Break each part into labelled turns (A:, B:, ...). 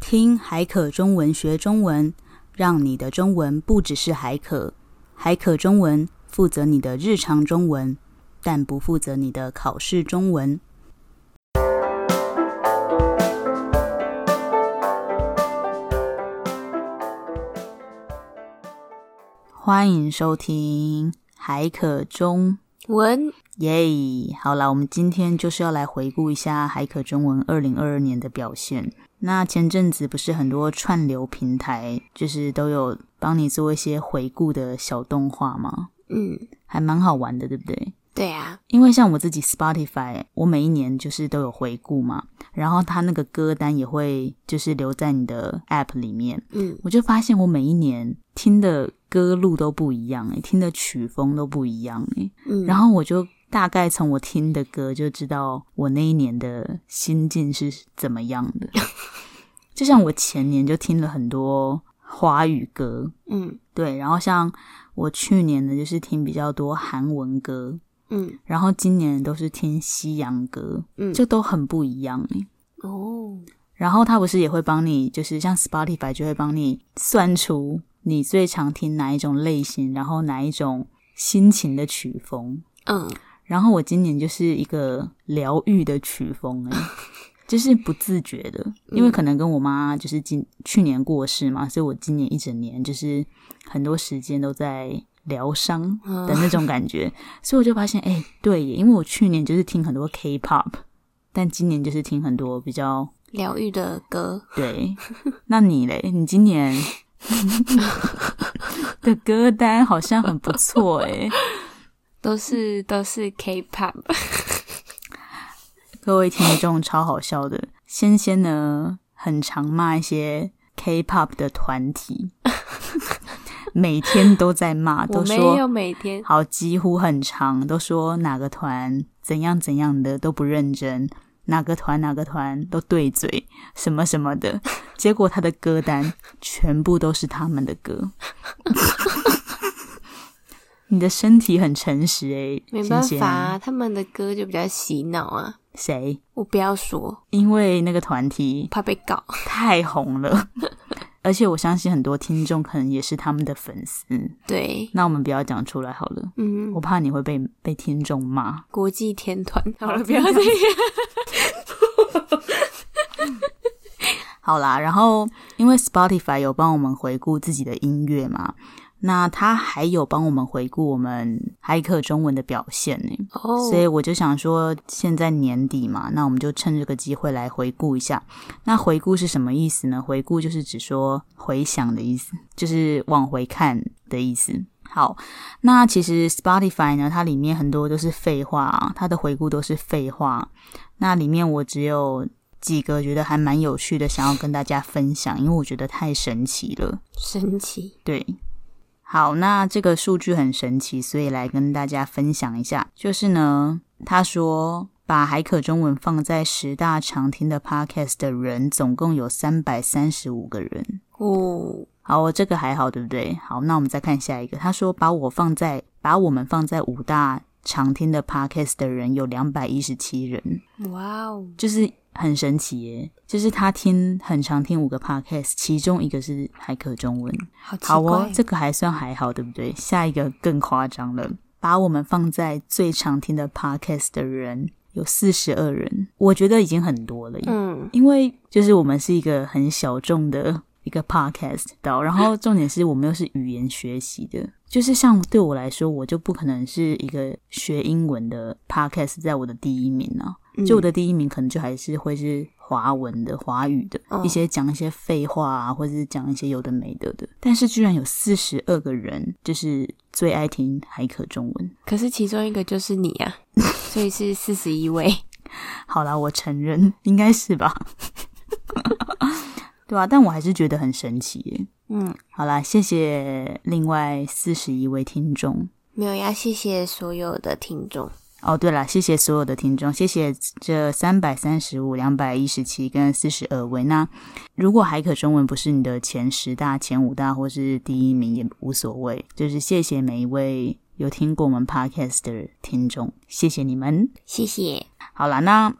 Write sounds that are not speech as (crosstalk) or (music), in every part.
A: 听海可中文学中文，让你的中文不只是海可。海可中文负责你的日常中文，但不负责你的考试中文。欢迎收听海可中
B: 文
A: 耶好啦，我们今天就是要来回顾一下海可中文二零二二年的表现。那前阵子不是很多串流平台就是都有帮你做一些回顾的小动画吗？
B: 嗯，
A: 还蛮好玩的，对不对？
B: 对啊，
A: 因为像我自己 Spotify，我每一年就是都有回顾嘛，然后它那个歌单也会就是留在你的 App 里面。
B: 嗯，
A: 我就发现我每一年听的歌路都不一样、欸，听的曲风都不一样、欸，
B: 嗯
A: 然后我就大概从我听的歌就知道我那一年的心境是怎么样
B: (laughs)
A: 的。就像我前年就听了很多华语歌，
B: 嗯
A: 对，然后像我去年呢就是听比较多韩文歌，
B: 嗯
A: 然后今年都是听西洋歌，
B: 嗯
A: 就都很不一样欸
B: 哦，
A: 然后它不是也会帮你，就是像 Spotify 就会帮你算出你最常听哪一种类型，然后哪一种心情的曲风。
B: 嗯
A: 然后我今年就是一个疗愈的曲风、欸，就是不自觉的，因为可能跟我妈就是今去年过世嘛，所以我今年一整年就是很多时间都在疗伤
B: 嗯
A: 的那种感觉，所以我就发现，哎、对耶，因为我去年就是听很多 K-pop，但今年就是听很多比较
B: 疗愈的歌，
A: 对，那你嘞？你今年的歌单好像很不错哎、
B: 都是都是 K-pop，
A: 各位听众超好笑的，仙仙呢很常骂一些 K-pop 的团体，每天都在骂，
B: (laughs) 我
A: 都
B: 没
A: 说
B: 有每天，
A: 好几乎很长，都说哪个团怎样怎样的都不认真，哪个团哪个团都对嘴什么什么的，结果他的歌单全部都是他们的歌。 (laughs) 你的身体很诚实诶、欸，
B: 没办
A: 仙
B: 法、
A: 仙
B: 啊，他们的歌就比较洗脑啊，
A: 谁？
B: 我不要说，
A: 因为那个团体
B: 怕被告， (laughs)
A: 太红了， (laughs) 而且我相信很多听众可能也是他们的粉丝。
B: 对，
A: 那我们不要讲出来好了，
B: 嗯，
A: 我怕你会被被听众骂。
B: 国际天团， (laughs) 好了，
A: 好
B: 不要这样，
A: 好啦，然后因为 Spotify 有帮我们回顾自己的音乐嘛，那他还有帮我们回顾我们骇客中文的表现呢、
B: 哦
A: 所以我就想说，现在年底嘛，那我们就趁这个机会来回顾一下。那回顾是什么意思呢？回顾就是指说回想的意思，就是往回看的意思。好，那其实 Spotify 呢，它里面很多都是废话啊，它的回顾都是废话。那里面我只有几个觉得还蛮有趣的，想要跟大家分享，因为我觉得太神奇了。
B: 神奇，
A: 对，好，那这个数据很神奇，所以来跟大家分享一下。就是呢，他说把海可中文放在十大常听的 podcast 的人，总共有三百三十五个人。
B: 哦，
A: 好，我这个还好，对不对？好，那我们再看下一个。他说把我放在把我们放在五大常听的 podcast 的人有两百一十七人，
B: 哇哦，
A: 就是很神奇耶。就是他听很常听五个 podcast，其中一个是海可中文。
B: 好奇怪，
A: 好哦，这个还算还好，对不对？下一个更夸张了，把我们放在最常听的 podcast 的人有四十二人，我觉得已经很多了耶，
B: 嗯
A: 因为就是我们是一个很小众的一个 podcast 到，然后重点是我们又是语言学习的，就是像对我来说，我就不可能是一个学英文的 podcast 在我的第一名啊，就我的第一名可能就还是会是华文的、华语的、
B: 哦
A: 一些讲一些废话啊，或者是讲一些有的没的的。但是居然有四十二个人就是最爱听海可中文。
B: 可是其中一个就是你 (laughs) 啊，所以是四十一位，
A: 好啦，我承认应该是吧， (laughs) 对啊，但我还是觉得很神奇耶。
B: 嗯，
A: 好啦，谢谢另外四十一位听众。
B: 没有要谢谢所有的听众。
A: 哦，对了，谢谢所有的听众，谢谢这三百三十五、两百一十七跟四十二位。那如果海可中文不是你的前十大、前五大或是第一名也无所谓，就是谢谢每一位有听过我们 podcast 的听众，谢谢你们。
B: 谢谢。
A: 好啦，那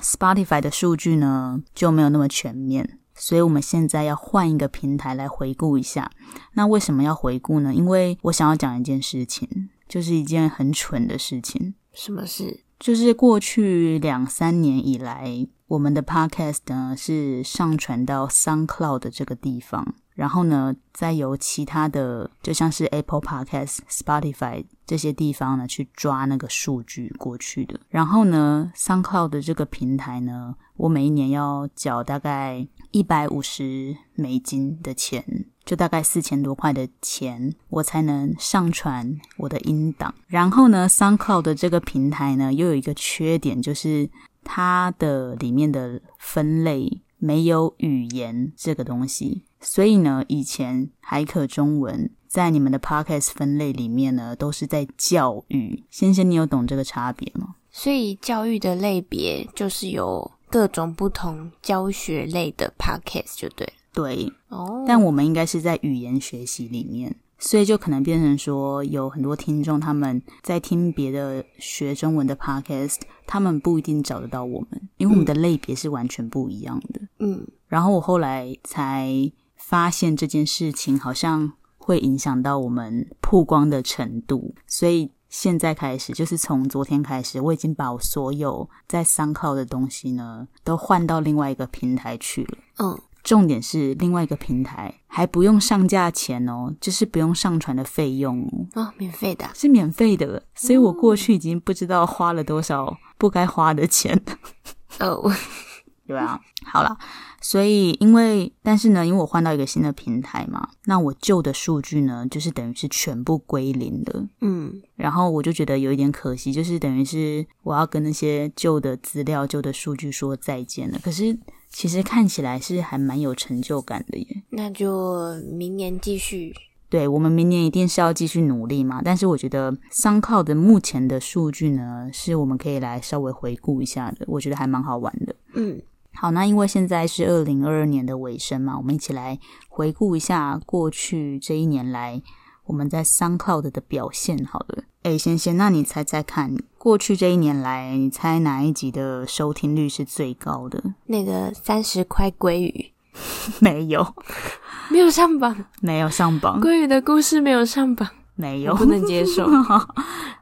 A: Spotify 的数据呢就没有那么全面，所以我们现在要换一个平台来回顾一下。那为什么要回顾呢？因为我想要讲一件事情，就是一件很蠢的事情，
B: 什么事？
A: 就是过去两三年以来，我们的 podcast 呢是上传到 SoundCloud 这个地方，然后呢，再由其他的，就像是 Apple Podcast、Spotify 这些地方呢去抓那个数据过去的。然后呢，SoundCloud 的这个平台呢，我每一年要缴大概一百五十美金的钱，就大概四千多块的钱，我才能上传我的音档。然后呢，SoundCloud 的这个平台呢，又有一个缺点，就是它的里面的分类没有语言这个东西，所以呢，以前海可中文。在你们的 podcast 分类里面呢，都是在教育。先生，你有懂这个差别吗？
B: 所以教育的类别就是有各种不同教学类的 podcast 就对了。
A: 对，
B: 哦，
A: 但我们应该是在语言学习里面，所以就可能变成说，有很多听众他们在听别的学中文的 podcast，他们不一定找得到我们，因为我们的类别是完全不一样的。
B: 嗯，
A: 然后我后来才发现这件事情好像会影响到我们曝光的程度，所以现在开始，就是从昨天开始，我已经把我所有在三靠的东西呢，都换到另外一个平台去了。
B: 嗯，
A: 重点是另外一个平台还不用上架钱哦，就是不用上传的费用哦，
B: 哦，免费的啊、
A: 是免费的。所以我过去已经不知道花了多少不该花的钱。 (laughs)
B: 哦， (laughs)
A: 对啊，好了，所以因为但是呢，因为我换到一个新的平台嘛，那我旧的数据呢，就是等于是全部归零的。
B: 嗯，
A: 然后我就觉得有一点可惜，就是等于是我要跟那些旧的资料、旧的数据说再见了。可是其实看起来是还蛮有成就感的耶。
B: 那就明年继续。
A: 对我们明年一定是要继续努力嘛，但是我觉得商靠的目前的数据呢，是我们可以来稍微回顾一下的，我觉得还蛮好玩的。
B: 嗯，
A: 好，那因为现在是二零二二年的尾声嘛，我们一起来回顾一下过去这一年来我们在 SoundCloud 的表现好了。哎，先先，那你猜猜看，过去这一年来，你猜哪一集的收听率是最高的？ (laughs)
B: 那个三十块鲑鱼
A: 没有，
B: 没有上榜，
A: 没有上榜，
B: 鲑鱼的故事没有上榜，
A: 没
B: 我
A: (laughs) 有
B: 不。能接
A: (laughs)
B: 受。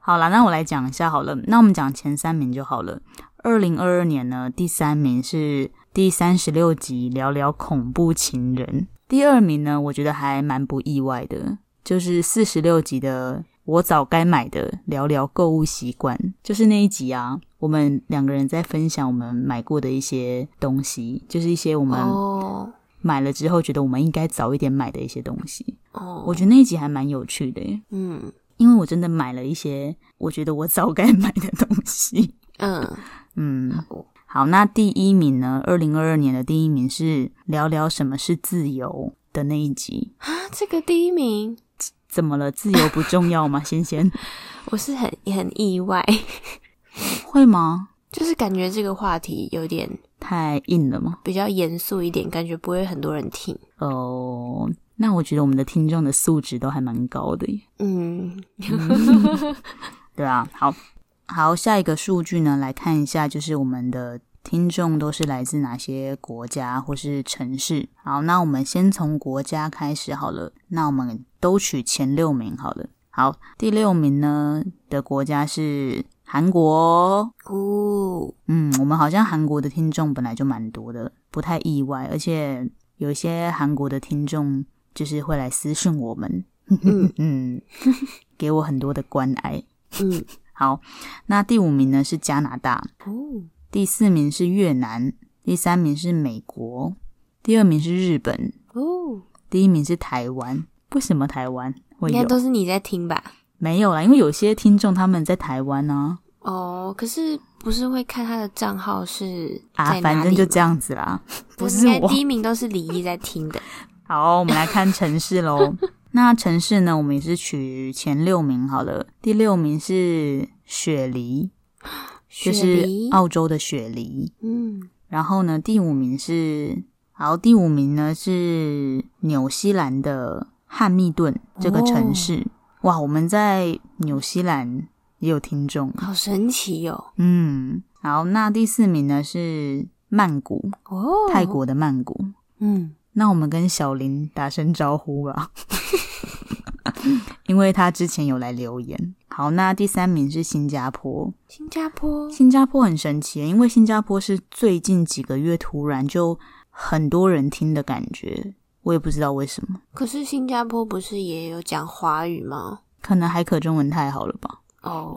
A: 好啦，那我来讲一下好了。那我们讲前三名就好了。二零二二年呢，第三名是第三十六集聊聊恐怖情人。第二名呢，我觉得还蛮不意外的，就是四十六集的我早该买的聊聊购物习惯，就是那一集啊，我们两个人在分享我们买过的一些东西，就是一些我们
B: 哦
A: 买了之后觉得我们应该早一点买的一些东西。
B: 哦，
A: 我觉得那一集还蛮有趣的耶。欸
B: 嗯
A: 因为我真的买了一些我觉得我早该买的东 (laughs) 西。
B: 嗯，
A: 嗯，
B: 好
A: 好，那第一名呢？二零二二年的第一名是聊聊什么是自由的那一集。
B: 啊，这个第一名
A: 怎么了？自由不重要 (laughs) 吗？先先
B: 我是很很意外， (laughs)
A: 会吗？
B: 就是感觉这个话题有点
A: 太硬了吗？
B: 比较严肃一点，感觉不会很多人听。
A: 哦、那我觉得我们的听众的素质都还蛮高的耶。
B: 嗯
A: 对啊，好好，下一个数据呢，来看一下，就是我们的听众都是来自哪些国家或是城市。好，那我们先从国家开始好了，那我们都取前六名好了。好，第六名呢的国家是韩国。
B: 哦，
A: 嗯，我们好像韩国的听众本来就蛮多的，不太意外，而且有一些韩国的听众就是会来私讯我们，
B: 嗯
A: 嗯，给我很多的关爱。
B: 嗯
A: 好，那第五名呢是加拿大，
B: 哦，
A: 第四名是越南，第三名是美国，第二名是日本，
B: 哦，
A: 第一名是台湾。为什么台湾会
B: 应该
A: 有？
B: 都是你在听吧？
A: 没有啦，因为有些听众他们在台湾呢、
B: 哦，可是不是会看他的账号是
A: 啊，
B: 在哪里吗？
A: 反正就这样子啦，不是
B: 应该
A: 我
B: 第。一名都是李毅在听的。
A: 好，我们来看城市喽。那城市呢，我们也是取前六名好了。第六名是雪梨， (laughs) 就
B: 雪
A: 是哦
B: 梨
A: 澳洲的雪梨。
B: 嗯
A: 然后呢，第五名是，好，第五名呢是纽西兰的汉密顿这个城市。哇，我们在纽西兰也有听众。
B: 好神奇哦哟、
A: 嗯，好，那第四名呢是曼谷，
B: 哦，哦，
A: 泰国的曼谷。
B: 嗯，
A: 那我们跟小林打声招呼吧，因为他之前有来留言。好，那第三名是新加坡，
B: 新加坡，
A: 新加坡很神奇，因为新加坡是最近几个月突然就很多人听的感觉，我也不知道为什么，
B: 可是新加坡不是也有讲华语吗？
A: 可能海可中文太好了吧。
B: 哦，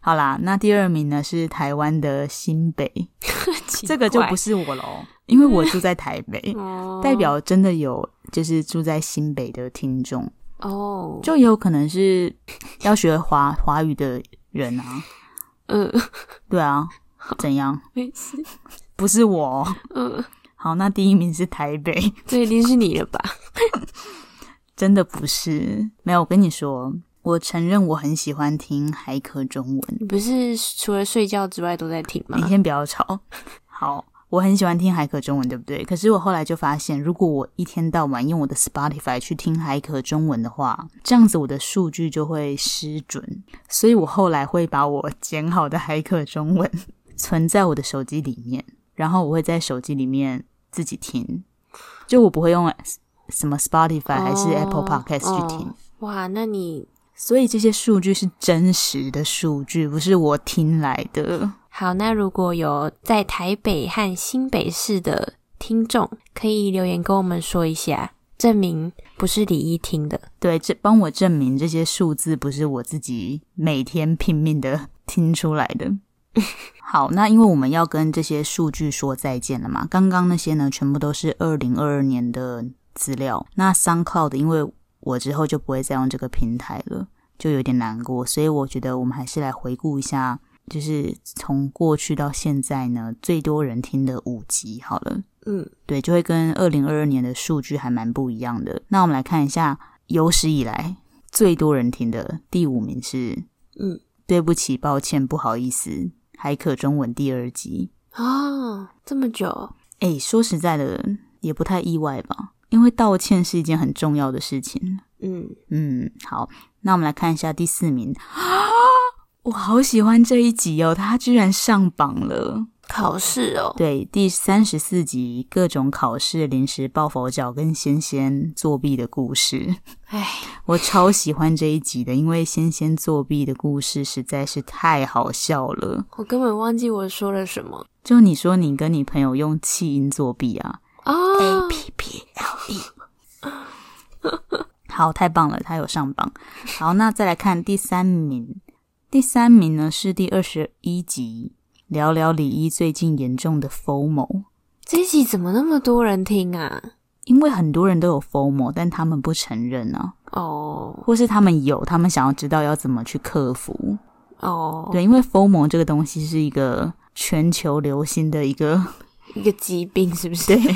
A: 好啦，那第二名呢是台湾的新北， (laughs) 这个就不
B: 是
A: 是我喽，因为我住在台北，
B: (laughs) 哦
A: 代表真的有就是住在新北的听众，
B: 哦，
A: 就也有可能是 (laughs) 要学华华语的人啊，
B: 嗯，
A: 对啊，怎样？
B: 没事，
A: 不是我哦。
B: 嗯，
A: 好，那第一名是台北，
B: 这一定是你了吧？
A: 真的不是。没有，我跟你说，我承认我很喜欢听海可中文。
B: 你不是除了睡觉之外都在听吗
A: 你？先不要吵。 (laughs) 好，我很喜欢听海可中文，对不对？可是我后来就发现，如果我一天到晚用我的 Spotify 去听海可中文的话，这样子我的数据就会失准。所以我后来会把我剪好的海可中文 (laughs) 存在我的手机里面，然后我会在手机里面自己听，就我不会用什么 Spotify 还是 Apple
B: 哦
A: Podcast 去听。
B: 哦哇，那你
A: 所以这些数据是真实的数据，不是我听来的。
B: 好，那如果有在台北和新北市的听众，可以留言跟我们说一下，证明不是李一听的。
A: 对，这帮我证明这些数字不是我自己每天拼命的听出来的。 (laughs) 好，那因为我们要跟这些数据说再见了嘛，刚刚那些呢，全部都是二零二二年的资料。那 SoundCloud 因为我之后就不会再用这个平台了，就有点难过，所以我觉得我们还是来回顾一下，就是从过去到现在呢，最多人听的五集好了。
B: 嗯，
A: 对，就会跟二零二二年的数据还蛮不一样的。那我们来看一下有史以来最多人听的第五名是，
B: 嗯，
A: 对不起，抱歉，不好意思，海可中文第二集。
B: 哦，这么久，
A: 哎，说实在的，也不太意外吧，因为道歉是一件很重要的事情。
B: 嗯，
A: 嗯，好，那我们来看一下第四名。 (gasps) 我好喜欢这一集哦，它居然上榜了。
B: 考试哦，
A: 对，第三十四集各种考试、临时抱佛脚跟仙仙作弊的故事， (laughs)
B: 哎，
A: 我超喜欢这一集的，因为仙仙作弊的故事实在是太好笑了。
B: 我根本忘记我说了什么
A: 就你说你跟你朋友用气音作弊啊
B: 哦
A: ，A，P P L E，好，太棒了，他有上榜。好，那再来看第三名，第三名呢是第二十一集，聊聊李一最近严重的 FOMO。
B: 这一集怎么那么多人听啊？
A: 因为很多人都有 FOMO，但他们不承认啊，
B: 哦
A: 或是他们有，他们想要知道要怎么去克服。
B: 哦，
A: 对，因为 FOMO 这个东西是一个全球流行的一个，
B: 一个疾病是不是？
A: 对，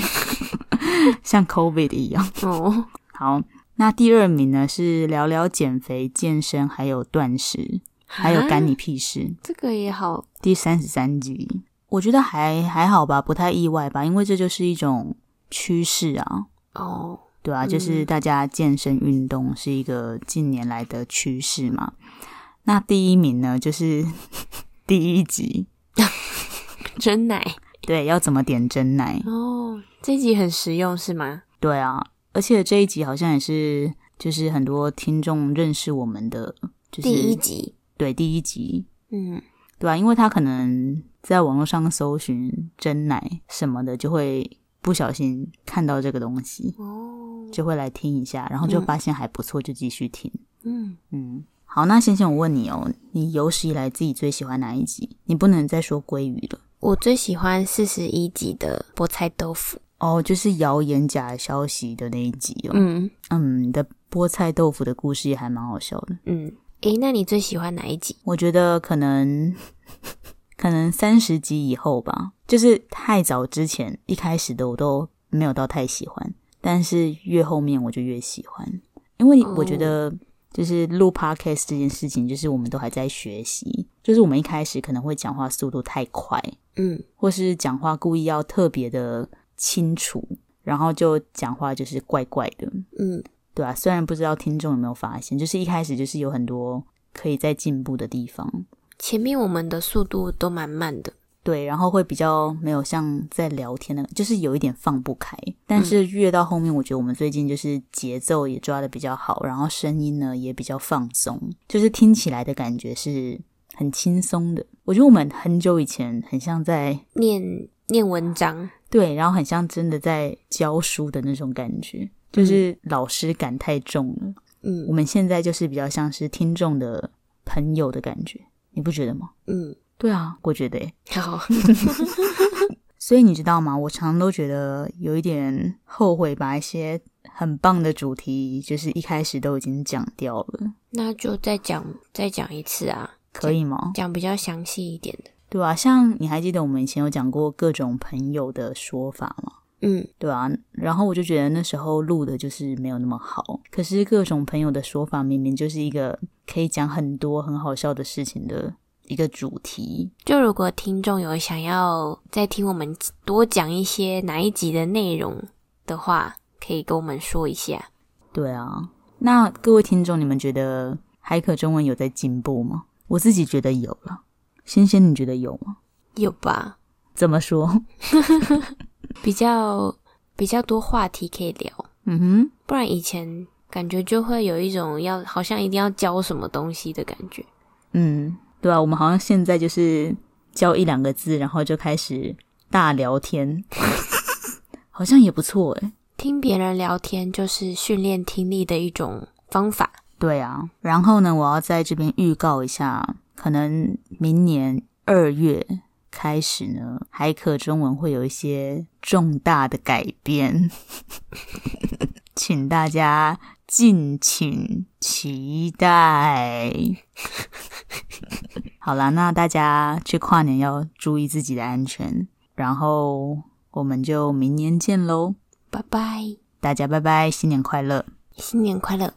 A: (laughs) 像 COVID 一样。
B: 哦，
A: 好，那第二名呢是聊聊减肥、健身，还有断食，还有干你
B: 啊，
A: 屁事。
B: 这个也好，
A: 第三十三集，我觉得还还好吧，不太意外吧，因为这就是一种趋势啊。
B: 哦，
A: 对啊，就是
B: 嗯
A: 大家健身运动是一个近年来的趋势嘛。那第一名呢，就是 (laughs) 第一集，
B: 真奶
A: 对，要怎么点真奶？
B: 哦，这一集很实用是吗？
A: 对啊，而且这一集好像也是，就是很多听众认识我们的，就是
B: 第一集，
A: 对第一集，
B: 嗯。
A: 对啊，因为他可能在网络上搜寻真奶什么的，就会不小心看到这个东西，
B: 哦，
A: 就会来听一下，然后就
B: 嗯
A: 发现还不错，就继续听。
B: 嗯，
A: 嗯，好，那仙仙，我问你哦，你有史以来自己最喜欢哪一集？你不能再说鲑鱼了
B: 我最喜欢四十一集的菠菜豆腐。
A: 哦，就是谣言假消息的那一集哦。
B: 嗯
A: 嗯，你的菠菜豆腐的故事也还蛮好笑的，
B: 嗯，诶，那你最喜欢哪一集？
A: 我觉得可能可能三十集以后吧，就是太早之前一开始的我都没有到太喜欢，但是越后面我就越喜欢，因为
B: 哦
A: 我觉得。就是录 podcast 这件事情，就是我们都还在学习。就是我们一开始可能会讲话速度太快，
B: 嗯，
A: 或是讲话故意要特别的清楚，然后就讲话就是怪怪的，
B: 嗯，
A: 对啊，虽然不知道听众有没有发现，就是一开始就是有很多可以再进步的地方，
B: 前面我们的速度都蛮慢的。
A: 对，然后会比较没有像在聊天那个，就是有一点放不开。但是越到后面，我觉得我们最近就是节奏也抓的比较好，然后声音呢也比较放松，就是听起来的感觉是很轻松的。我觉得我们很久以前很像在
B: 念念文章，
A: 对，然后很像真的在教书的那种感觉，就是老师感太重了。我
B: 嗯
A: 们现在就是比较像是听众的朋友的感觉，你不觉得吗？
B: 嗯，
A: 对啊，我觉得耶。
B: 好，
A: 所以你知道吗？我常常都觉得有一点后悔，把一些很棒的主题，就是一开始都已经讲掉了，
B: 那就再讲再讲一次啊，
A: 可以吗？
B: 讲比较详细一点的，
A: 对啊，像你还记得我们以前有讲过各种朋友的说法吗？
B: 嗯
A: 对啊，然后我就觉得那时候录的就是没有那么好，可是各种朋友的说法，明明就是一个可以讲很多很好笑的事情的一个主题，
B: 就如果听众有想要再听我们多讲一些哪一集的内容的话，可以跟我们说一下。
A: 对啊，那各位听众，你们觉得海可中文有在进步吗？我自己觉得有了。仙仙，你觉得有吗？
B: 有吧？
A: 怎么说？
B: 比较比较多话题可以聊，
A: 嗯哼，
B: 不然以前感觉就会有一种要好像一定要教什么东西的感觉。
A: 嗯，对啊，我们好像现在就是教一两个字，然后就开始大聊 (laughs) 天，好像也不错欸诶。
B: 听别人聊天就是训练听力的一种方法。
A: 对啊，然后呢，我要在这边预告一下，可能明年二月开始呢，海可中文会有一些重大的改变， (laughs) 请大家敬请期待。好啦，那大家去跨年要注意自己的安全，然后我们就明年见喽，
B: 拜拜，
A: 大家拜拜，新年快乐！
B: 新年快乐！